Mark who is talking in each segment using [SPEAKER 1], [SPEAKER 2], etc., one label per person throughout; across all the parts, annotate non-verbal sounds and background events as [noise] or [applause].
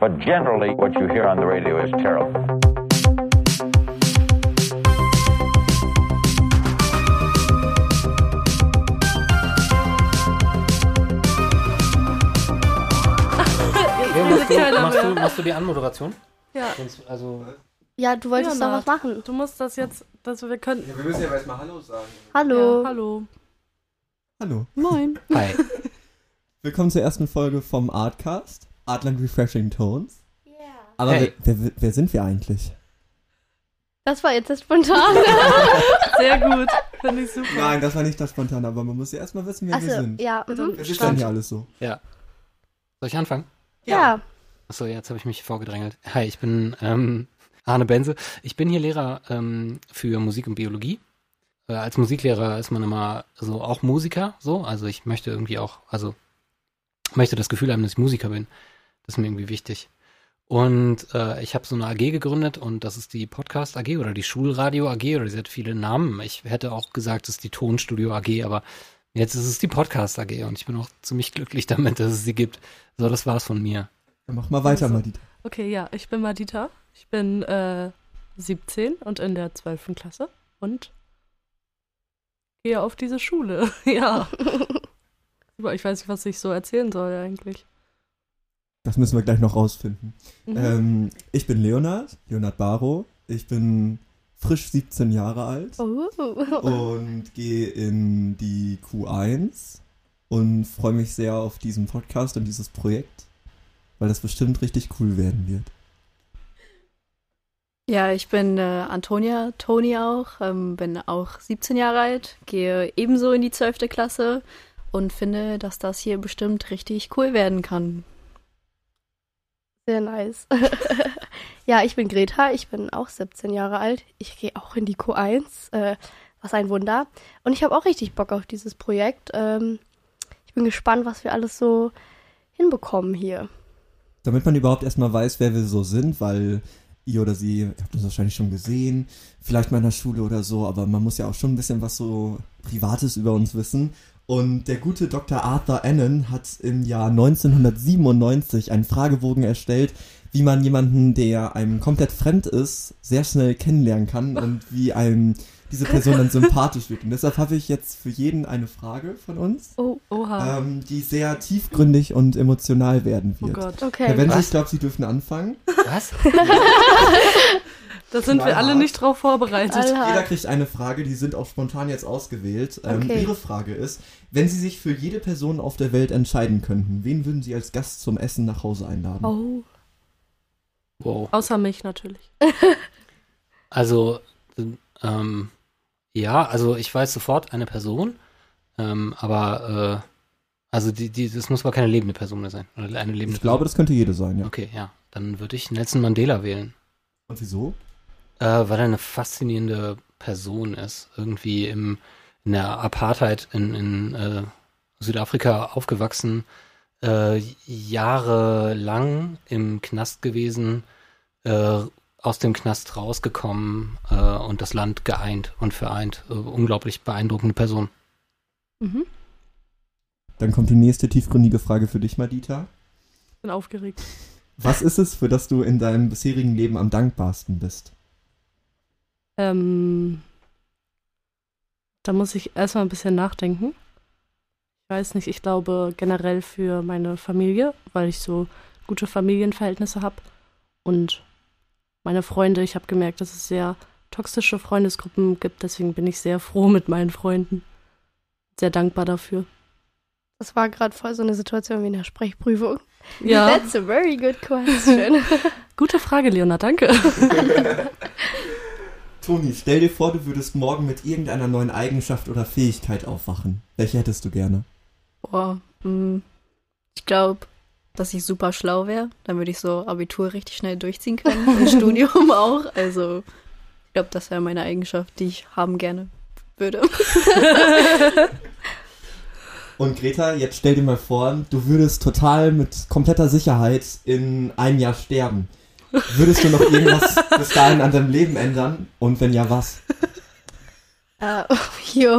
[SPEAKER 1] But generally, what you hear on the radio is terrible.
[SPEAKER 2] machst, du,
[SPEAKER 3] Keiner
[SPEAKER 2] machst, du,
[SPEAKER 3] mehr.
[SPEAKER 2] machst du die Anmoderation?
[SPEAKER 3] Ja.
[SPEAKER 2] Sonst, also,
[SPEAKER 4] Ja, du wolltest
[SPEAKER 3] Ja,
[SPEAKER 4] doch was machen.
[SPEAKER 3] Du musst das jetzt, dass wir können.
[SPEAKER 5] Ja, wir müssen ja aber erstmal Hallo sagen.
[SPEAKER 4] Hallo.
[SPEAKER 3] Ja, hallo.
[SPEAKER 5] Hallo.
[SPEAKER 3] Moin.
[SPEAKER 2] hi.
[SPEAKER 5] Willkommen zur ersten Folge vom Artcast. Artland Refreshing Tones. Aber
[SPEAKER 2] Hey.
[SPEAKER 5] wer, wer, wer sind wir eigentlich?
[SPEAKER 4] Das war jetzt das spontan.
[SPEAKER 3] Sehr gut. Finde ich super.
[SPEAKER 5] Nein, das war nicht das spontan, aber man muss ja erstmal wissen, wer wir
[SPEAKER 6] Also,
[SPEAKER 4] Achso,
[SPEAKER 5] sind.
[SPEAKER 4] ja. Mhm.
[SPEAKER 5] Was ist denn hier alles so?
[SPEAKER 2] Soll ich anfangen?
[SPEAKER 4] Ja.
[SPEAKER 2] Achso, jetzt habe ich mich vorgedrängelt. Hi, ich bin ähm, Arne Benze. Ich bin hier Lehrer ähm, für Musik und Biologie. Äh, als Musiklehrer ist man immer so auch Musiker, so. Also ich möchte irgendwie auch, also möchte das Gefühl haben, dass ich Musiker bin. Das ist mir irgendwie wichtig. Und äh, ich habe so eine AG gegründet und das ist die Podcast AG oder die Schulradio AG oder sie hat viele Namen. Ich hätte auch gesagt, es ist die Tonstudio AG, aber jetzt ist es die Podcast AG und ich bin auch ziemlich glücklich [laughs] damit, dass es sie gibt. So, das war's von mir.
[SPEAKER 5] Dann mach mal weiter,
[SPEAKER 3] Also.
[SPEAKER 5] Madita.
[SPEAKER 3] Okay, ja, ich bin Madita. Ich bin äh, 17 und in der 12. Klasse und gehe auf diese Schule. [laughs] ja. Aber ich weiß nicht, was ich so erzählen soll eigentlich.
[SPEAKER 5] Das müssen wir gleich noch rausfinden.
[SPEAKER 3] Mhm.
[SPEAKER 5] Ähm, ich bin Leonard, Leonard Baro. Ich bin frisch 17 Jahre alt
[SPEAKER 4] Oh.
[SPEAKER 5] und gehe in die Q1 und freue mich sehr auf diesen Podcast und dieses Projekt, weil das bestimmt richtig cool werden wird.
[SPEAKER 6] Ja, ich bin äh, Antonia, Toni auch, ähm, bin auch 17 Jahre alt, gehe ebenso in die 12. Klasse und finde, dass das hier bestimmt richtig cool werden kann.
[SPEAKER 4] Sehr nice. [laughs] ja, ich bin Greta. Ich bin auch 17 Jahre alt. Ich gehe auch in die Q1. Äh, was ein Wunder. Und ich habe auch richtig Bock auf dieses Projekt. Ähm, ich bin gespannt, was wir alles so hinbekommen hier.
[SPEAKER 5] Damit man überhaupt erstmal weiß, wer wir so sind, weil ihr oder sie, ihr habt uns wahrscheinlich schon gesehen, vielleicht mal in der Schule oder so, aber man muss ja auch schon ein bisschen was so Privates über uns wissen. Und der gute Dr. Arthur Annen hat im Jahr 1997 einen Fragebogen erstellt, wie man jemanden, der einem komplett fremd ist, sehr schnell
[SPEAKER 3] [laughs]
[SPEAKER 5] kennenlernen kann und wie einem diese Person dann sympathisch wird. Und deshalb habe ich jetzt für jeden eine Frage von uns,
[SPEAKER 3] Oh, Oha.
[SPEAKER 5] ähm, die sehr tiefgründig und emotional werden
[SPEAKER 3] oh
[SPEAKER 5] wird.
[SPEAKER 3] Gott.
[SPEAKER 5] Herr
[SPEAKER 4] Okay.
[SPEAKER 5] Wenzel,
[SPEAKER 2] Was?
[SPEAKER 5] ich glaube, Sie dürfen anfangen.
[SPEAKER 2] Was?
[SPEAKER 3] Da sind wir alle
[SPEAKER 5] knallhart.
[SPEAKER 3] nicht drauf vorbereitet.
[SPEAKER 5] Jeder
[SPEAKER 4] Alla.
[SPEAKER 5] kriegt eine Frage, die sind auch spontan jetzt ausgewählt. Ähm,
[SPEAKER 4] Okay.
[SPEAKER 5] Ihre Frage ist, wenn Sie sich für jede Person auf der Welt entscheiden könnten, wen würden Sie als Gast zum Essen nach Hause einladen?
[SPEAKER 4] Oh.
[SPEAKER 2] Wow.
[SPEAKER 3] Außer mich natürlich.
[SPEAKER 2] Also, ähm, ja, also ich weiß sofort eine Person, ähm, aber äh, also die, die, das muss mal keine lebende Person mehr sein. Oder eine lebende
[SPEAKER 5] Ich glaube, das könnte jede sein, ja.
[SPEAKER 2] Person. Okay, ja. Dann würde ich Nelson Mandela wählen.
[SPEAKER 5] Und wieso?
[SPEAKER 2] Äh, weil er eine faszinierende Person ist. Irgendwie im, in der Apartheid in, in äh, Südafrika aufgewachsen, äh, jahrelang im Knast gewesen, äh, aus dem Knast rausgekommen äh, und das Land geeint und vereint. Äh, unglaublich beeindruckende Person.
[SPEAKER 3] Mhm.
[SPEAKER 5] Dann kommt die nächste tiefgründige Frage für dich, Madita.
[SPEAKER 3] Bin aufgeregt.
[SPEAKER 5] Was ist es, für das du in deinem bisherigen Leben am dankbarsten bist?
[SPEAKER 3] Ähm, da muss ich erstmal ein bisschen nachdenken. Ich weiß nicht, ich glaube generell für meine Familie, weil ich so gute Familienverhältnisse habe. Und meine Freunde, ich habe gemerkt, dass es sehr toxische Freundesgruppen gibt, deswegen bin ich sehr froh mit meinen Freunden. Sehr dankbar dafür.
[SPEAKER 4] Das war gerade voll so eine Situation wie in der Sprechprüfung.
[SPEAKER 6] [laughs]
[SPEAKER 3] Ja,
[SPEAKER 4] That's a very good question.
[SPEAKER 3] gute Frage, Leona, danke.
[SPEAKER 4] [laughs]
[SPEAKER 5] Toni, stell dir vor, du würdest morgen mit irgendeiner neuen Eigenschaft oder Fähigkeit aufwachen. Welche hättest du gerne?
[SPEAKER 6] Boah, mh, ich glaube, dass ich super schlau wäre, dann würde ich so Abitur richtig schnell durchziehen können und Studium auch. Also, ich glaube, das wäre meine Eigenschaft, die ich haben gerne würde. [laughs]
[SPEAKER 5] Und Greta, jetzt stell dir mal vor, du würdest total mit kompletter Sicherheit in einem Jahr sterben. Würdest du noch
[SPEAKER 3] [laughs]
[SPEAKER 5] irgendwas bis dahin an
[SPEAKER 4] [laughs]
[SPEAKER 5] deinem Leben ändern? Und wenn ja, was?
[SPEAKER 4] Äh, jo.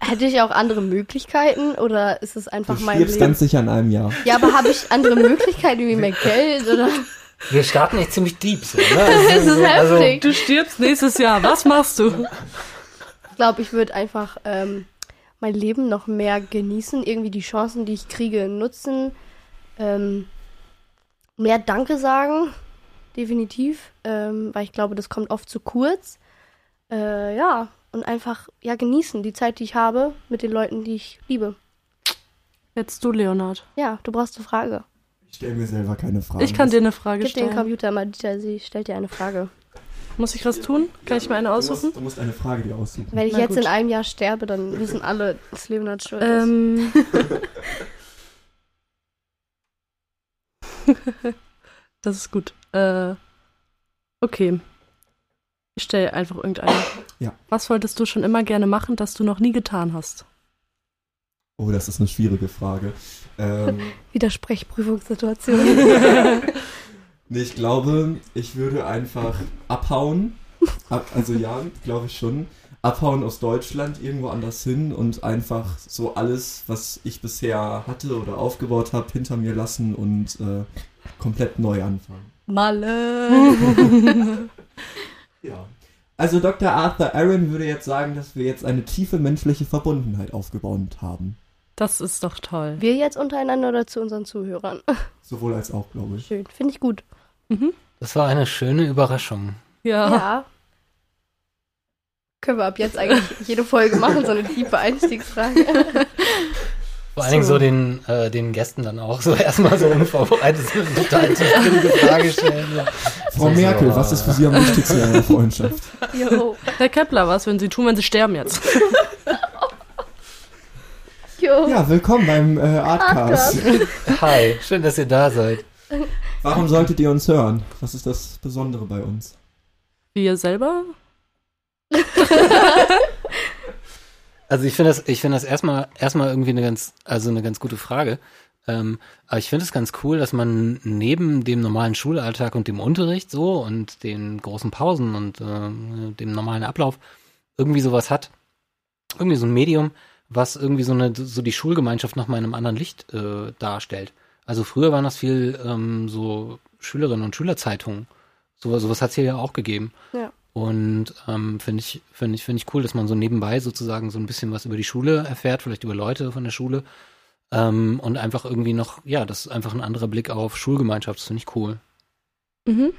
[SPEAKER 4] Hätte ich auch andere Möglichkeiten oder ist es
[SPEAKER 5] Du
[SPEAKER 4] einfach mein
[SPEAKER 5] stirbst
[SPEAKER 4] Leben?
[SPEAKER 5] ganz sicher in einem Jahr.
[SPEAKER 4] Ja, aber habe ich andere Möglichkeiten wie mehr Geld
[SPEAKER 5] [laughs]
[SPEAKER 4] oder?
[SPEAKER 2] Wir starten echt ziemlich deep. So, ne?
[SPEAKER 4] Das ist
[SPEAKER 5] Also,
[SPEAKER 4] heftig.
[SPEAKER 3] Du stirbst nächstes Jahr. Was machst
[SPEAKER 4] [laughs]
[SPEAKER 3] du?
[SPEAKER 4] Ich glaube, ich würde einfach ähm, mein Leben noch mehr genießen, irgendwie die Chancen, die ich kriege, nutzen, ähm, mehr Danke sagen, definitiv, ähm, weil ich glaube, das kommt oft zu kurz. Äh, ja, und einfach ja genießen die Zeit, die ich habe mit den Leuten, die ich liebe.
[SPEAKER 3] Jetzt du, Leonard.
[SPEAKER 4] Ja, du brauchst eine Frage.
[SPEAKER 5] Ich stelle mir selber keine Fragen.
[SPEAKER 3] Ich kann dir eine Frage
[SPEAKER 4] Gib den
[SPEAKER 3] stellen.
[SPEAKER 4] Computer mal, Dieter, sie stellt dir eine Frage.
[SPEAKER 3] Muss ich was tun? Kann ich mir eine aussuchen?
[SPEAKER 5] Du musst, du musst eine Frage dir aussuchen.
[SPEAKER 4] Wenn ich
[SPEAKER 3] Na
[SPEAKER 4] jetzt
[SPEAKER 3] gut.
[SPEAKER 4] in einem Jahr sterbe, dann wissen alle, dass Leonard schuld ist.
[SPEAKER 3] Ähm. [laughs] das ist gut. Äh, okay. Ich stelle einfach irgendeine.
[SPEAKER 5] Ja.
[SPEAKER 3] Was wolltest du schon immer gerne machen, das du noch nie getan hast?
[SPEAKER 5] Oh, das ist eine schwierige Frage. Ähm,
[SPEAKER 4] Widersprechprüfungssituation.
[SPEAKER 5] nee, ich glaube, ich würde einfach abhauen. Ab, also ja, glaube ich schon. Abhauen aus Deutschland irgendwo anders hin und einfach so alles, was ich bisher hatte oder aufgebaut habe, hinter mir lassen und äh, komplett neu anfangen.
[SPEAKER 6] Malle.
[SPEAKER 5] Ja. Also Dr. Arthur Aaron würde jetzt sagen, dass wir jetzt eine tiefe menschliche Verbundenheit aufgebaut haben.
[SPEAKER 3] Das ist doch toll.
[SPEAKER 4] [laughs] Wir jetzt untereinander oder zu unseren Zuhörern? [laughs]
[SPEAKER 5] Sowohl als auch, glaube ich.
[SPEAKER 4] Schön, finde ich gut.
[SPEAKER 2] Das war eine schöne Überraschung.
[SPEAKER 3] Ja.
[SPEAKER 4] Ja. Können wir ab jetzt eigentlich jede Folge machen, so eine
[SPEAKER 3] [laughs]
[SPEAKER 4] tiefe Einstiegsfrage.
[SPEAKER 2] Vor allen Dingen so den, äh, den Gästen dann auch so erstmal [laughs] so unvorbereitet so eine total tiefgründige Frage stellen. So.
[SPEAKER 5] Frau Merkel, was ist für [laughs] Sie am wichtigsten in einer Freundschaft?
[SPEAKER 4] Jo,
[SPEAKER 3] Herr Kepler, was würden Sie tun, wenn Sie sterben jetzt?
[SPEAKER 4] jo.
[SPEAKER 5] Ja, willkommen beim äh, Artcast.
[SPEAKER 2] Hi, schön, dass ihr da seid.
[SPEAKER 5] Warum solltet ihr uns hören? Was ist das Besondere bei uns?
[SPEAKER 3] Wir selber?
[SPEAKER 2] Also ich finde das, ich finde das erstmal, erstmal irgendwie eine ganz, also eine ganz gute Frage. Ähm, aber ich finde es ganz cool, dass man neben dem normalen Schulalltag und dem Unterricht so und den großen Pausen und äh, dem normalen Ablauf irgendwie sowas hat. Irgendwie so ein Medium, was irgendwie so eine, so die Schulgemeinschaft nochmal in einem anderen Licht äh, darstellt. Also früher waren das viel ähm, so Schülerinnen und Schülerzeitungen. So, sowas hat es hier ja auch gegeben.
[SPEAKER 4] Ja.
[SPEAKER 2] Und ähm, finde ich, finde ich, finde ich cool, dass man so nebenbei sozusagen so ein bisschen was über die Schule erfährt, vielleicht über Leute von der Schule. Ähm, und einfach irgendwie noch, ja, das ist einfach ein anderer Blick auf Schulgemeinschaft, das finde ich cool.
[SPEAKER 3] Mhm.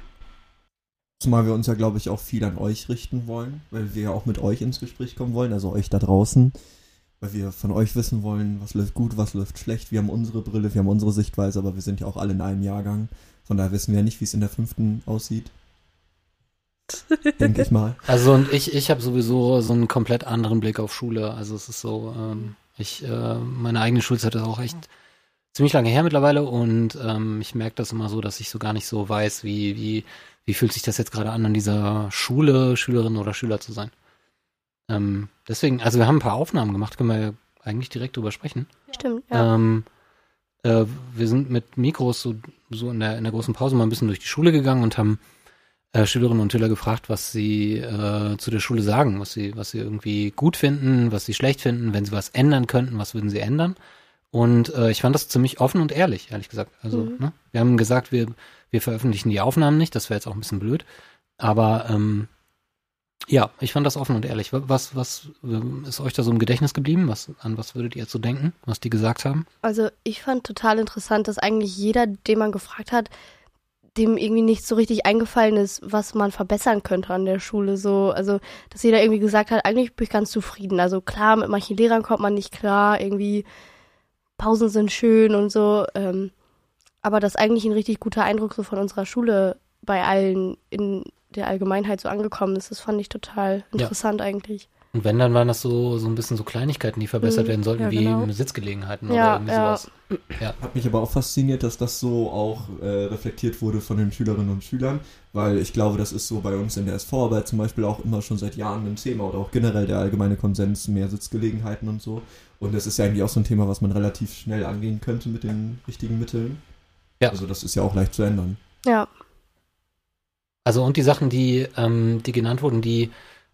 [SPEAKER 5] Zumal wir uns ja, glaube ich, auch viel an euch richten wollen, weil wir ja auch mit euch ins Gespräch kommen wollen, also euch da draußen. Weil wir von euch wissen wollen, was läuft gut, was läuft schlecht. Wir haben unsere Brille, wir haben unsere Sichtweise, aber wir sind ja auch alle in einem Jahrgang. Von daher wissen wir ja nicht, wie es in der fünften aussieht. Denke ich mal.
[SPEAKER 2] Also und ich, ich habe sowieso so einen komplett anderen Blick auf Schule. Also es ist so, ähm, ich, äh, meine eigene Schulzeit ist auch echt ziemlich lange her mittlerweile und ähm, ich merke das immer so, dass ich so gar nicht so weiß, wie, wie, wie fühlt sich das jetzt gerade an, an dieser Schule, Schülerin oder Schüler zu sein. Ähm, deswegen, also wir haben ein paar Aufnahmen gemacht, können wir ja eigentlich direkt drüber sprechen.
[SPEAKER 4] Stimmt, ja.
[SPEAKER 2] Ähm, äh, wir sind mit Mikros so, so in, der, in der großen Pause mal ein bisschen durch die Schule gegangen und haben äh, Schülerinnen und Schüler gefragt, was sie äh, zu der Schule sagen, was sie, was sie irgendwie gut finden, was sie schlecht finden, wenn sie was ändern könnten, was würden sie ändern. Und äh, ich fand das ziemlich offen und ehrlich, ehrlich gesagt. Also,
[SPEAKER 4] Mhm.
[SPEAKER 2] ne? Wir haben gesagt, wir, wir veröffentlichen die Aufnahmen nicht, das wäre jetzt auch ein bisschen blöd. Aber ähm, ja, ich fand das offen und ehrlich. Was, was ähm, ist euch da so im Gedächtnis geblieben? Was, an was würdet ihr so denken, was die gesagt haben?
[SPEAKER 4] Also ich fand total interessant, dass eigentlich jeder, den man gefragt hat, dem irgendwie nicht so richtig eingefallen ist, was man verbessern könnte an der Schule. So, also dass jeder irgendwie gesagt hat, eigentlich bin ich ganz zufrieden. Also klar, mit manchen Lehrern kommt man nicht klar, irgendwie Pausen sind schön und so. Ähm, aber dass eigentlich ein richtig guter Eindruck so von unserer Schule bei allen in der Allgemeinheit so angekommen ist, das fand ich total interessant eigentlich.
[SPEAKER 2] Und wenn, dann waren das so, so ein bisschen so Kleinigkeiten, die verbessert
[SPEAKER 4] Mhm,
[SPEAKER 2] werden sollten,
[SPEAKER 3] ja,
[SPEAKER 2] wie
[SPEAKER 3] genau.
[SPEAKER 2] Sitzgelegenheiten oder
[SPEAKER 4] Ja,
[SPEAKER 2] irgendwie
[SPEAKER 4] ja.
[SPEAKER 2] sowas.
[SPEAKER 5] Hat mich aber auch fasziniert, dass das so auch äh, reflektiert wurde von den Schülerinnen und Schülern, weil ich glaube, das ist so bei uns in der SV-Arbeit zum Beispiel auch immer schon seit Jahren ein Thema oder auch generell der allgemeine Konsens, mehr Sitzgelegenheiten und so. Und das ist ja eigentlich auch so ein Thema, was man relativ schnell angehen könnte mit den richtigen Mitteln.
[SPEAKER 2] Ja.
[SPEAKER 5] Also das ist ja auch leicht zu ändern.
[SPEAKER 4] Ja,
[SPEAKER 2] Also und die Sachen, die, ähm, die genannt wurden, die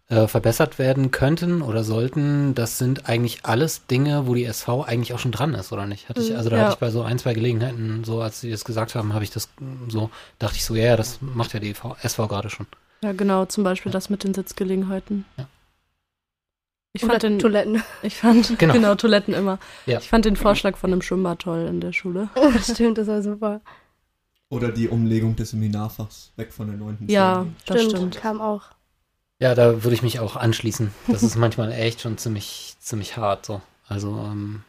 [SPEAKER 2] äh, verbessert werden könnten oder sollten, das sind eigentlich alles Dinge, wo die SV eigentlich auch schon dran ist, oder nicht? Hatte ich, also da
[SPEAKER 3] Ja.
[SPEAKER 2] hatte ich bei so ein, zwei Gelegenheiten, so als sie das gesagt haben, habe ich das mm, so, dachte ich so, ja, ja, das macht ja die V- SV gerade schon.
[SPEAKER 3] Ja, genau, zum Beispiel das mit den Sitzgelegenheiten.
[SPEAKER 2] Ja.
[SPEAKER 3] Ich
[SPEAKER 4] Oder
[SPEAKER 3] fand, den, [laughs]
[SPEAKER 4] Toiletten.
[SPEAKER 3] ich fand
[SPEAKER 2] Genau.
[SPEAKER 3] genau. Toiletten immer.
[SPEAKER 2] Ja.
[SPEAKER 3] Ich fand den Vorschlag von dem Schwimmbad toll in der Schule.
[SPEAKER 4] Oh, stimmt, das war super.
[SPEAKER 5] Oder die Umlegung des Seminarfachs weg von der 9.
[SPEAKER 3] Ja, das
[SPEAKER 4] Stimmt,
[SPEAKER 3] stimmt. [laughs]
[SPEAKER 4] kam auch.
[SPEAKER 2] Ja, da würde ich mich auch anschließen. Das ist manchmal echt schon ziemlich, ziemlich hart. So. Also, ähm,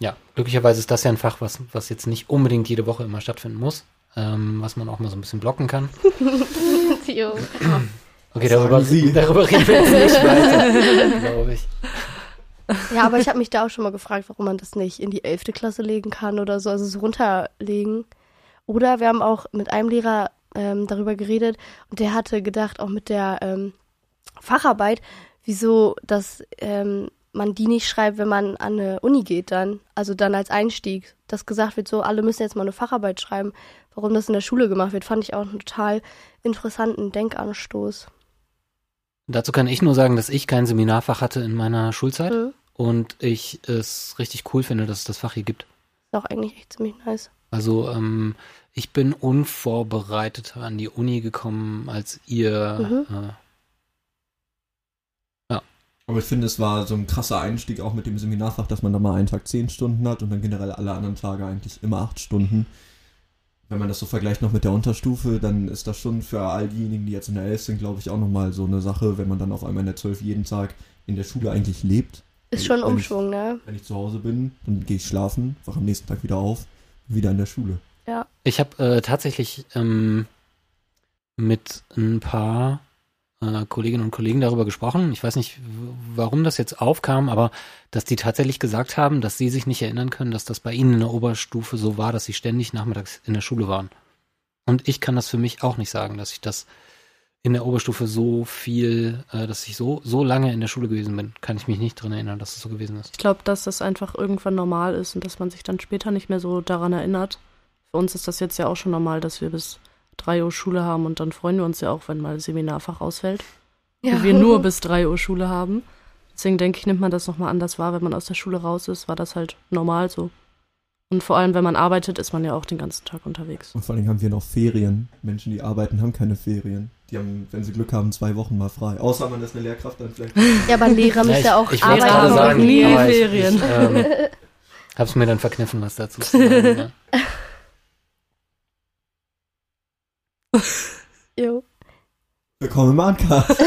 [SPEAKER 2] ja, glücklicherweise ist das ja ein Fach, was, was jetzt nicht unbedingt jede Woche immer stattfinden muss, ähm, was man auch mal so ein bisschen blocken kann.
[SPEAKER 4] Jo.
[SPEAKER 2] Okay,
[SPEAKER 5] Sagen
[SPEAKER 2] darüber,
[SPEAKER 5] Sie.
[SPEAKER 2] darüber reden wir jetzt nicht
[SPEAKER 5] [laughs]
[SPEAKER 2] weiter, glaube ich.
[SPEAKER 4] Ja, aber ich habe mich da auch schon mal gefragt, warum man das nicht in die 11. Klasse legen kann oder so, also so runterlegen. Oder wir haben auch mit einem Lehrer ähm, darüber geredet und der hatte gedacht, auch mit der ähm, Facharbeit, wieso, dass ähm, man die nicht schreibt, wenn man an eine Uni geht dann, also dann als Einstieg, dass gesagt wird, so, alle müssen jetzt mal eine Facharbeit schreiben. Warum das in der Schule gemacht wird, fand ich auch einen total interessanten Denkanstoß.
[SPEAKER 2] Dazu kann ich nur sagen, dass ich kein Seminarfach hatte in meiner Schulzeit
[SPEAKER 4] Mhm.
[SPEAKER 2] und ich es richtig cool finde, dass es das Fach hier gibt.
[SPEAKER 4] Ist auch eigentlich echt ziemlich nice.
[SPEAKER 2] Also ähm, ich bin unvorbereiteter an die Uni gekommen, als ihr äh,
[SPEAKER 5] Aber ich finde, es war so ein krasser Einstieg auch mit dem Seminarfach, dass man da mal einen Tag 10 Stunden hat und dann generell alle anderen Tage eigentlich immer 8 Stunden. Wenn man das so vergleicht noch mit der Unterstufe, dann ist das schon für all diejenigen, die jetzt in der 11 sind, glaube ich, auch nochmal so eine Sache, wenn man dann auf einmal in der 12 jeden Tag in der Schule eigentlich lebt.
[SPEAKER 4] Ist
[SPEAKER 5] Also,
[SPEAKER 4] schon ein
[SPEAKER 5] wenn ich-
[SPEAKER 4] Umschwung, ne?
[SPEAKER 5] Wenn ich zu Hause bin, dann gehe ich schlafen, wache am nächsten Tag wieder auf, wieder in der Schule.
[SPEAKER 2] Ich habe äh, tatsächlich ähm, mit ein paar äh, Kolleginnen und Kollegen darüber gesprochen. Ich weiß nicht, w- warum das jetzt aufkam, aber dass die tatsächlich gesagt haben, dass sie sich nicht erinnern können, dass das bei ihnen in der Oberstufe so war, dass sie ständig nachmittags in der Schule waren. Und ich kann das für mich auch nicht sagen, dass ich das in der Oberstufe so viel, äh, dass ich so, so lange in der Schule gewesen bin, kann ich mich nicht dran erinnern, dass es das so gewesen ist.
[SPEAKER 3] Ich glaube, dass das einfach irgendwann normal ist und dass man sich dann später nicht mehr so daran erinnert. Für uns ist das jetzt ja auch schon normal, dass wir bis 3 Uhr Schule haben und dann freuen wir uns ja auch, wenn mal Seminarfach ausfällt.
[SPEAKER 4] Ja.
[SPEAKER 3] Und wir nur bis 3 Uhr Schule haben. Deswegen denke ich, nimmt man das nochmal anders wahr. Wenn man aus der Schule raus ist, war das halt normal so. Und vor allem, wenn man arbeitet, ist man ja auch den ganzen Tag unterwegs.
[SPEAKER 5] Und vor allem haben wir noch Ferien. Menschen, die arbeiten, haben keine Ferien. Die haben, wenn sie Glück haben, zwei Wochen mal frei. Außer man ist eine Lehrkraft, dann vielleicht.
[SPEAKER 4] Ja, aber
[SPEAKER 2] Ja,
[SPEAKER 4] Lehrer müsst ja auch
[SPEAKER 2] ich wollte
[SPEAKER 3] Lehrer haben
[SPEAKER 2] gerade sagen,
[SPEAKER 4] arbeiten.
[SPEAKER 3] auch nie
[SPEAKER 2] aber ich- Ich,
[SPEAKER 3] Ferien.
[SPEAKER 4] [laughs]
[SPEAKER 2] ähm, hab's mir dann verkniffen, was dazu zu sagen. Ne?
[SPEAKER 4] Jo.
[SPEAKER 5] Willkommen im Ankast.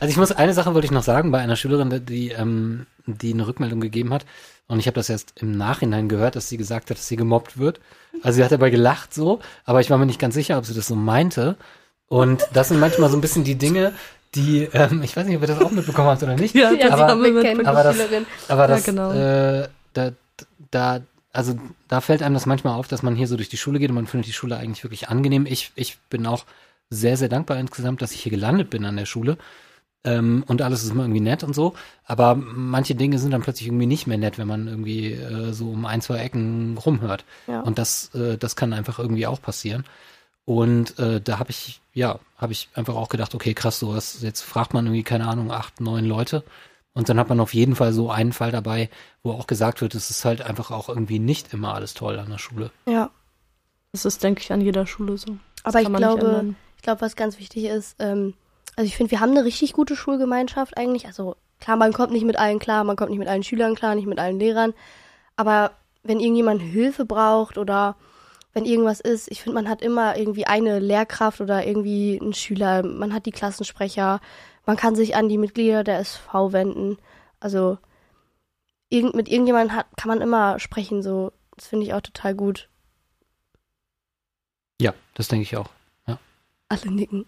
[SPEAKER 2] Also ich muss, eine Sache wollte ich noch sagen bei einer Schülerin, die, ähm, die eine Rückmeldung gegeben hat. Und ich habe das erst im Nachhinein gehört, dass sie gesagt hat, dass sie gemobbt wird. Also sie hat dabei gelacht so, aber ich war mir nicht ganz sicher, ob sie das so meinte. Und das sind manchmal so ein bisschen die Dinge, die, ähm, ich weiß nicht, ob ihr das auch mitbekommen habt oder nicht,
[SPEAKER 3] Ja,
[SPEAKER 4] Ja,
[SPEAKER 2] aber-
[SPEAKER 4] wir kennen
[SPEAKER 2] aber das-
[SPEAKER 4] die Schülerin.
[SPEAKER 2] aber
[SPEAKER 3] Ja,
[SPEAKER 2] das,
[SPEAKER 3] genau.
[SPEAKER 2] äh, da, da, also da fällt einem das manchmal auf, dass man hier so durch die Schule geht und man findet die Schule eigentlich wirklich angenehm. Ich, ich bin auch sehr, sehr dankbar insgesamt, dass ich hier gelandet bin an der Schule. Ähm, und alles ist immer irgendwie nett und so. Aber manche Dinge sind dann plötzlich irgendwie nicht mehr nett, wenn man irgendwie äh, so um ein, zwei Ecken rumhört.
[SPEAKER 4] Ja.
[SPEAKER 2] Und das, äh, das kann einfach irgendwie auch passieren. Und äh, da habe ich, ja, habe ich einfach auch gedacht, okay, krass, sowas, jetzt fragt man irgendwie, keine Ahnung, acht, neun Leute. Und dann hat man auf jeden Fall so einen Fall dabei, wo auch gesagt wird, es ist halt einfach auch irgendwie nicht immer alles toll an der Schule.
[SPEAKER 4] ja.
[SPEAKER 3] Das ist, denke ich, an jeder Schule so. Das
[SPEAKER 4] Aber ich
[SPEAKER 3] kann man nicht
[SPEAKER 4] glaube,
[SPEAKER 3] ändern.
[SPEAKER 4] ich glaube, was ganz wichtig ist, ähm, also ich finde, wir haben eine richtig gute Schulgemeinschaft eigentlich. Also klar, man kommt nicht mit allen klar, man kommt nicht mit allen Schülern klar, nicht mit allen Lehrern. Aber wenn irgendjemand Hilfe braucht oder wenn irgendwas ist, ich finde, man hat immer irgendwie eine Lehrkraft oder irgendwie einen Schüler, man hat die Klassensprecher, man kann sich an die Mitglieder der SV wenden. Also irgend, mit irgendjemandem hat, kann man immer sprechen, so. Das finde ich auch total gut.
[SPEAKER 2] Ja, das denke ich auch.
[SPEAKER 4] Alle nicken.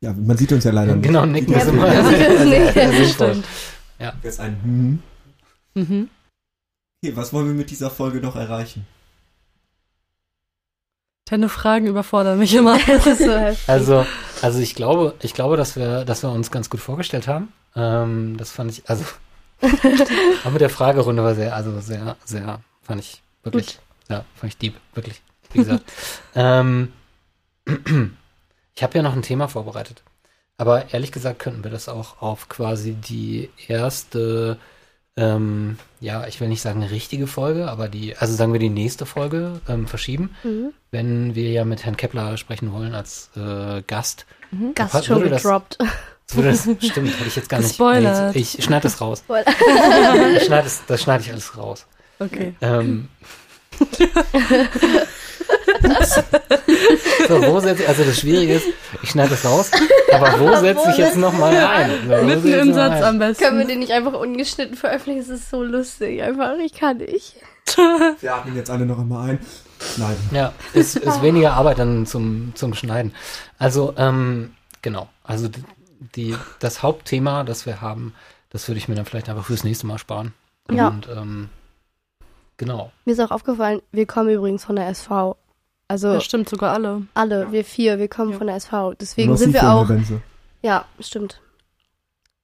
[SPEAKER 5] Ja, man sieht uns ja leider nicht.
[SPEAKER 2] Genau, nicken
[SPEAKER 4] Ja,
[SPEAKER 2] ist immer [laughs]
[SPEAKER 4] ja,
[SPEAKER 2] sehr, sehr
[SPEAKER 4] [laughs] nee.
[SPEAKER 2] sinnvoll.
[SPEAKER 5] Jetzt ein Hm.
[SPEAKER 3] Mhm.
[SPEAKER 5] Okay, was wollen wir mit dieser Folge noch erreichen?
[SPEAKER 3] Deine Fragen überfordern mich
[SPEAKER 4] [laughs]
[SPEAKER 3] immer.
[SPEAKER 4] Das ist so heftig.
[SPEAKER 2] Also, also ich glaube, ich glaube, dass wir, dass wir uns ganz gut vorgestellt haben. Ähm, das fand ich, also auch mit der Fragerunde war sehr, also sehr, sehr, fand ich wirklich, ja, fand ich deep, wirklich, wie gesagt. ähm, ich habe ja noch ein Thema vorbereitet. Aber ehrlich gesagt könnten wir das auch auf quasi die erste, ähm, ja, ich will nicht sagen richtige Folge, aber die, also sagen wir die nächste Folge ähm, verschieben,
[SPEAKER 4] Mhm.
[SPEAKER 2] wenn wir ja mit Herrn Kepler sprechen wollen als äh, Gast.
[SPEAKER 4] Gast
[SPEAKER 2] Hat-
[SPEAKER 4] schon
[SPEAKER 2] wurde das-
[SPEAKER 4] gedroppt.
[SPEAKER 3] [laughs]
[SPEAKER 2] So, das stimmt, hätte ich jetzt gar nicht.
[SPEAKER 3] Gespoilert.
[SPEAKER 2] Nee, ich schneide das raus.
[SPEAKER 4] Voll.
[SPEAKER 2] [laughs] Ich schneid das, das schneide ich alles raus.
[SPEAKER 6] Okay.
[SPEAKER 2] [laughs] Ähm, so, wo setz ich, also das Schwierige ist, ich schneide das raus, aber wo setze ich jetzt nochmal ein? So, wo setz
[SPEAKER 3] Mitten
[SPEAKER 2] ich
[SPEAKER 3] im
[SPEAKER 2] noch mal
[SPEAKER 3] Satz
[SPEAKER 2] ein?
[SPEAKER 3] am besten.
[SPEAKER 4] [laughs] Können wir den nicht einfach ungeschnitten veröffentlichen? Es ist so lustig. Einfach, ich kann nicht.
[SPEAKER 5] Wir atmen jetzt alle noch einmal ein. Nein.
[SPEAKER 2] Ja, ist, ist weniger Arbeit dann zum, zum Schneiden. Also, ähm, genau. Also d- die, das Hauptthema, das wir haben, das würde ich mir dann vielleicht einfach fürs nächste Mal sparen.
[SPEAKER 4] Ja.
[SPEAKER 2] Und ähm, genau.
[SPEAKER 4] Mir ist auch aufgefallen, wir kommen übrigens von der SV. Also
[SPEAKER 3] Das stimmt sogar alle.
[SPEAKER 4] alle, wir vier, wir kommen
[SPEAKER 3] Ja.
[SPEAKER 4] von der SV. Deswegen sind
[SPEAKER 5] Deswegen
[SPEAKER 4] wir auch.
[SPEAKER 5] Benze.
[SPEAKER 4] Ja, stimmt.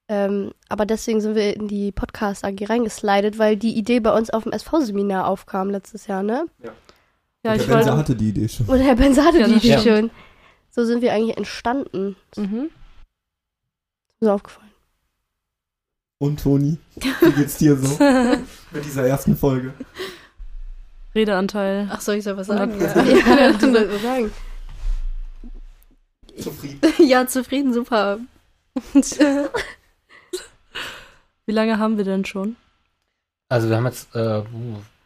[SPEAKER 4] Ähm, aber deswegen sind wir in die Podcast-AG reingeslidet, weil die Idee bei uns auf dem SV-Seminar aufkam letztes Jahr, ne?
[SPEAKER 3] Ja,
[SPEAKER 5] Der
[SPEAKER 3] ich
[SPEAKER 5] Benze
[SPEAKER 3] wollte.
[SPEAKER 5] hatte die Idee schon.
[SPEAKER 4] Und Herr Benz hatte
[SPEAKER 3] Ja,
[SPEAKER 4] die
[SPEAKER 3] das
[SPEAKER 4] Idee
[SPEAKER 2] stimmt.
[SPEAKER 4] schon. So sind wir eigentlich entstanden.
[SPEAKER 3] Mhm.
[SPEAKER 4] Ist mir aufgefallen.
[SPEAKER 5] Und Toni, wie geht's
[SPEAKER 4] [laughs]
[SPEAKER 5] dir so mit dieser ersten Folge?
[SPEAKER 3] Redeanteil.
[SPEAKER 6] Ach, soll ich da was sagen?
[SPEAKER 4] Ja, [laughs]
[SPEAKER 6] [laughs]
[SPEAKER 4] ja du sollst was sagen.
[SPEAKER 5] Zufrieden.
[SPEAKER 6] [laughs] ja, zufrieden, super.
[SPEAKER 3] Wie lange haben wir denn schon?
[SPEAKER 2] Also wir haben jetzt äh, uh,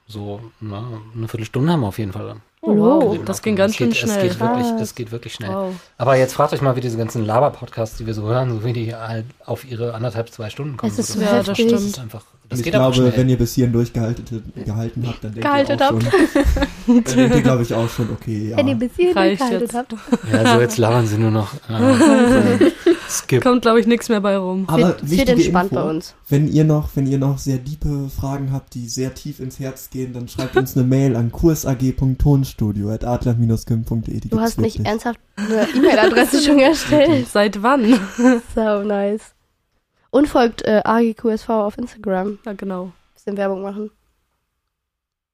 [SPEAKER 2] so na, eine Viertelstunde haben wir auf jeden Fall.
[SPEAKER 4] Oh,
[SPEAKER 2] geredet.
[SPEAKER 3] das ging ganz
[SPEAKER 2] Genau. es
[SPEAKER 3] schön
[SPEAKER 2] geht, Es
[SPEAKER 3] schnell. Oh.
[SPEAKER 2] geht, wirklich,
[SPEAKER 4] Krass.
[SPEAKER 2] es geht wirklich schnell.
[SPEAKER 3] Wow.
[SPEAKER 2] Aber jetzt fragt euch mal, wie diese ganzen Laber-Podcasts, die wir so hören, so wie die halt auf ihre anderthalb, zwei Stunden kommen.
[SPEAKER 4] Es ist
[SPEAKER 2] so,
[SPEAKER 4] so
[SPEAKER 3] Ja, das
[SPEAKER 4] heftig.
[SPEAKER 2] das
[SPEAKER 3] stimmt.
[SPEAKER 2] ist einfach, das
[SPEAKER 5] ich
[SPEAKER 2] geht aber
[SPEAKER 5] glaube,
[SPEAKER 2] schnell.
[SPEAKER 5] wenn ihr bis hierhin durchgehalten gehalten habt, dann denkt
[SPEAKER 4] Gehalten
[SPEAKER 5] ihr auch schon.
[SPEAKER 4] [laughs]
[SPEAKER 5] dann denkt ihr, glaube ich, auch schon, okay, ja.
[SPEAKER 4] Wenn ihr bis hierhin
[SPEAKER 3] Reicht
[SPEAKER 4] gehalten
[SPEAKER 3] jetzt.
[SPEAKER 4] habt.
[SPEAKER 2] Ja, so jetzt labern sie nur noch. Äh, skip.
[SPEAKER 3] Kommt, glaube ich, nichts mehr bei rum.
[SPEAKER 5] Aber
[SPEAKER 4] wird, wird
[SPEAKER 5] wichtige
[SPEAKER 4] entspannt
[SPEAKER 5] Info,
[SPEAKER 4] bei uns.
[SPEAKER 5] Wenn ihr noch, wenn ihr noch sehr diepe Fragen habt, die sehr tief ins Herz gehen, dann schreibt uns eine Mail an kursag.tonstudio.adler-kim.de. Die
[SPEAKER 4] Du
[SPEAKER 5] gibt's
[SPEAKER 4] hast nicht
[SPEAKER 5] wirklich.
[SPEAKER 4] ernsthaft eine
[SPEAKER 2] [laughs]
[SPEAKER 4] E-Mail-Adresse schon erstellt.
[SPEAKER 3] Seit wann? [laughs]
[SPEAKER 4] So nice. Und folgt äh, AGQSV auf Instagram.
[SPEAKER 3] Ja, genau.
[SPEAKER 4] Bisschen Werbung machen.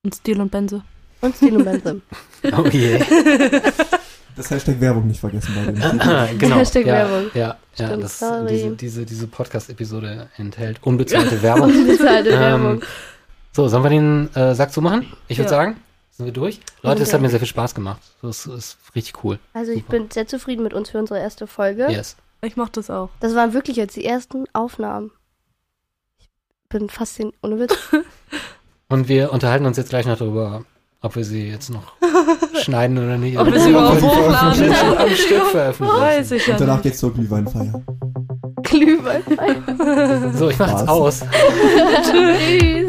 [SPEAKER 3] Und Stil und Benze.
[SPEAKER 4] Und Stil und Bentham.
[SPEAKER 2] Oh je.
[SPEAKER 5] Das Hashtag Werbung nicht vergessen bei den
[SPEAKER 2] [laughs]
[SPEAKER 4] [laughs]
[SPEAKER 2] genau.
[SPEAKER 4] Hashtag
[SPEAKER 2] ja,
[SPEAKER 4] Werbung.
[SPEAKER 2] Ja, ja
[SPEAKER 4] Stimmt,
[SPEAKER 2] das,
[SPEAKER 4] sorry.
[SPEAKER 2] diese, diese, diese Podcast-Episode enthält unbezahlte Werbung.
[SPEAKER 4] Unbezahlte
[SPEAKER 2] Ähm,
[SPEAKER 4] Werbung.
[SPEAKER 2] So, sollen wir den äh, Sack zumachen? Ich würde
[SPEAKER 3] Ja.
[SPEAKER 2] sagen, sind wir durch. Leute, es
[SPEAKER 4] Okay.
[SPEAKER 2] hat mir sehr viel Spaß gemacht. Das ist richtig cool.
[SPEAKER 4] Also ich
[SPEAKER 2] super.
[SPEAKER 4] bin sehr zufrieden mit uns für unsere erste Folge.
[SPEAKER 2] Yes.
[SPEAKER 3] Ich mach das auch.
[SPEAKER 4] Das waren wirklich jetzt die ersten Aufnahmen. Ich bin fast den ohne Witz. [laughs]
[SPEAKER 2] Und wir unterhalten uns jetzt gleich noch darüber, ob wir sie jetzt noch schneiden oder nicht.
[SPEAKER 3] Ob
[SPEAKER 2] Oder
[SPEAKER 3] wir sie überhaupt
[SPEAKER 2] ob wir sie
[SPEAKER 3] hochladen.
[SPEAKER 2] am Stück veröffentlichen.
[SPEAKER 3] Weiß ich ja
[SPEAKER 5] Und danach
[SPEAKER 3] nicht.
[SPEAKER 5] geht's zur Glühweinfeier.
[SPEAKER 4] Glühwein.
[SPEAKER 2] So, ich mach jetzt
[SPEAKER 5] Was?
[SPEAKER 2] aus.
[SPEAKER 4] Tschüss.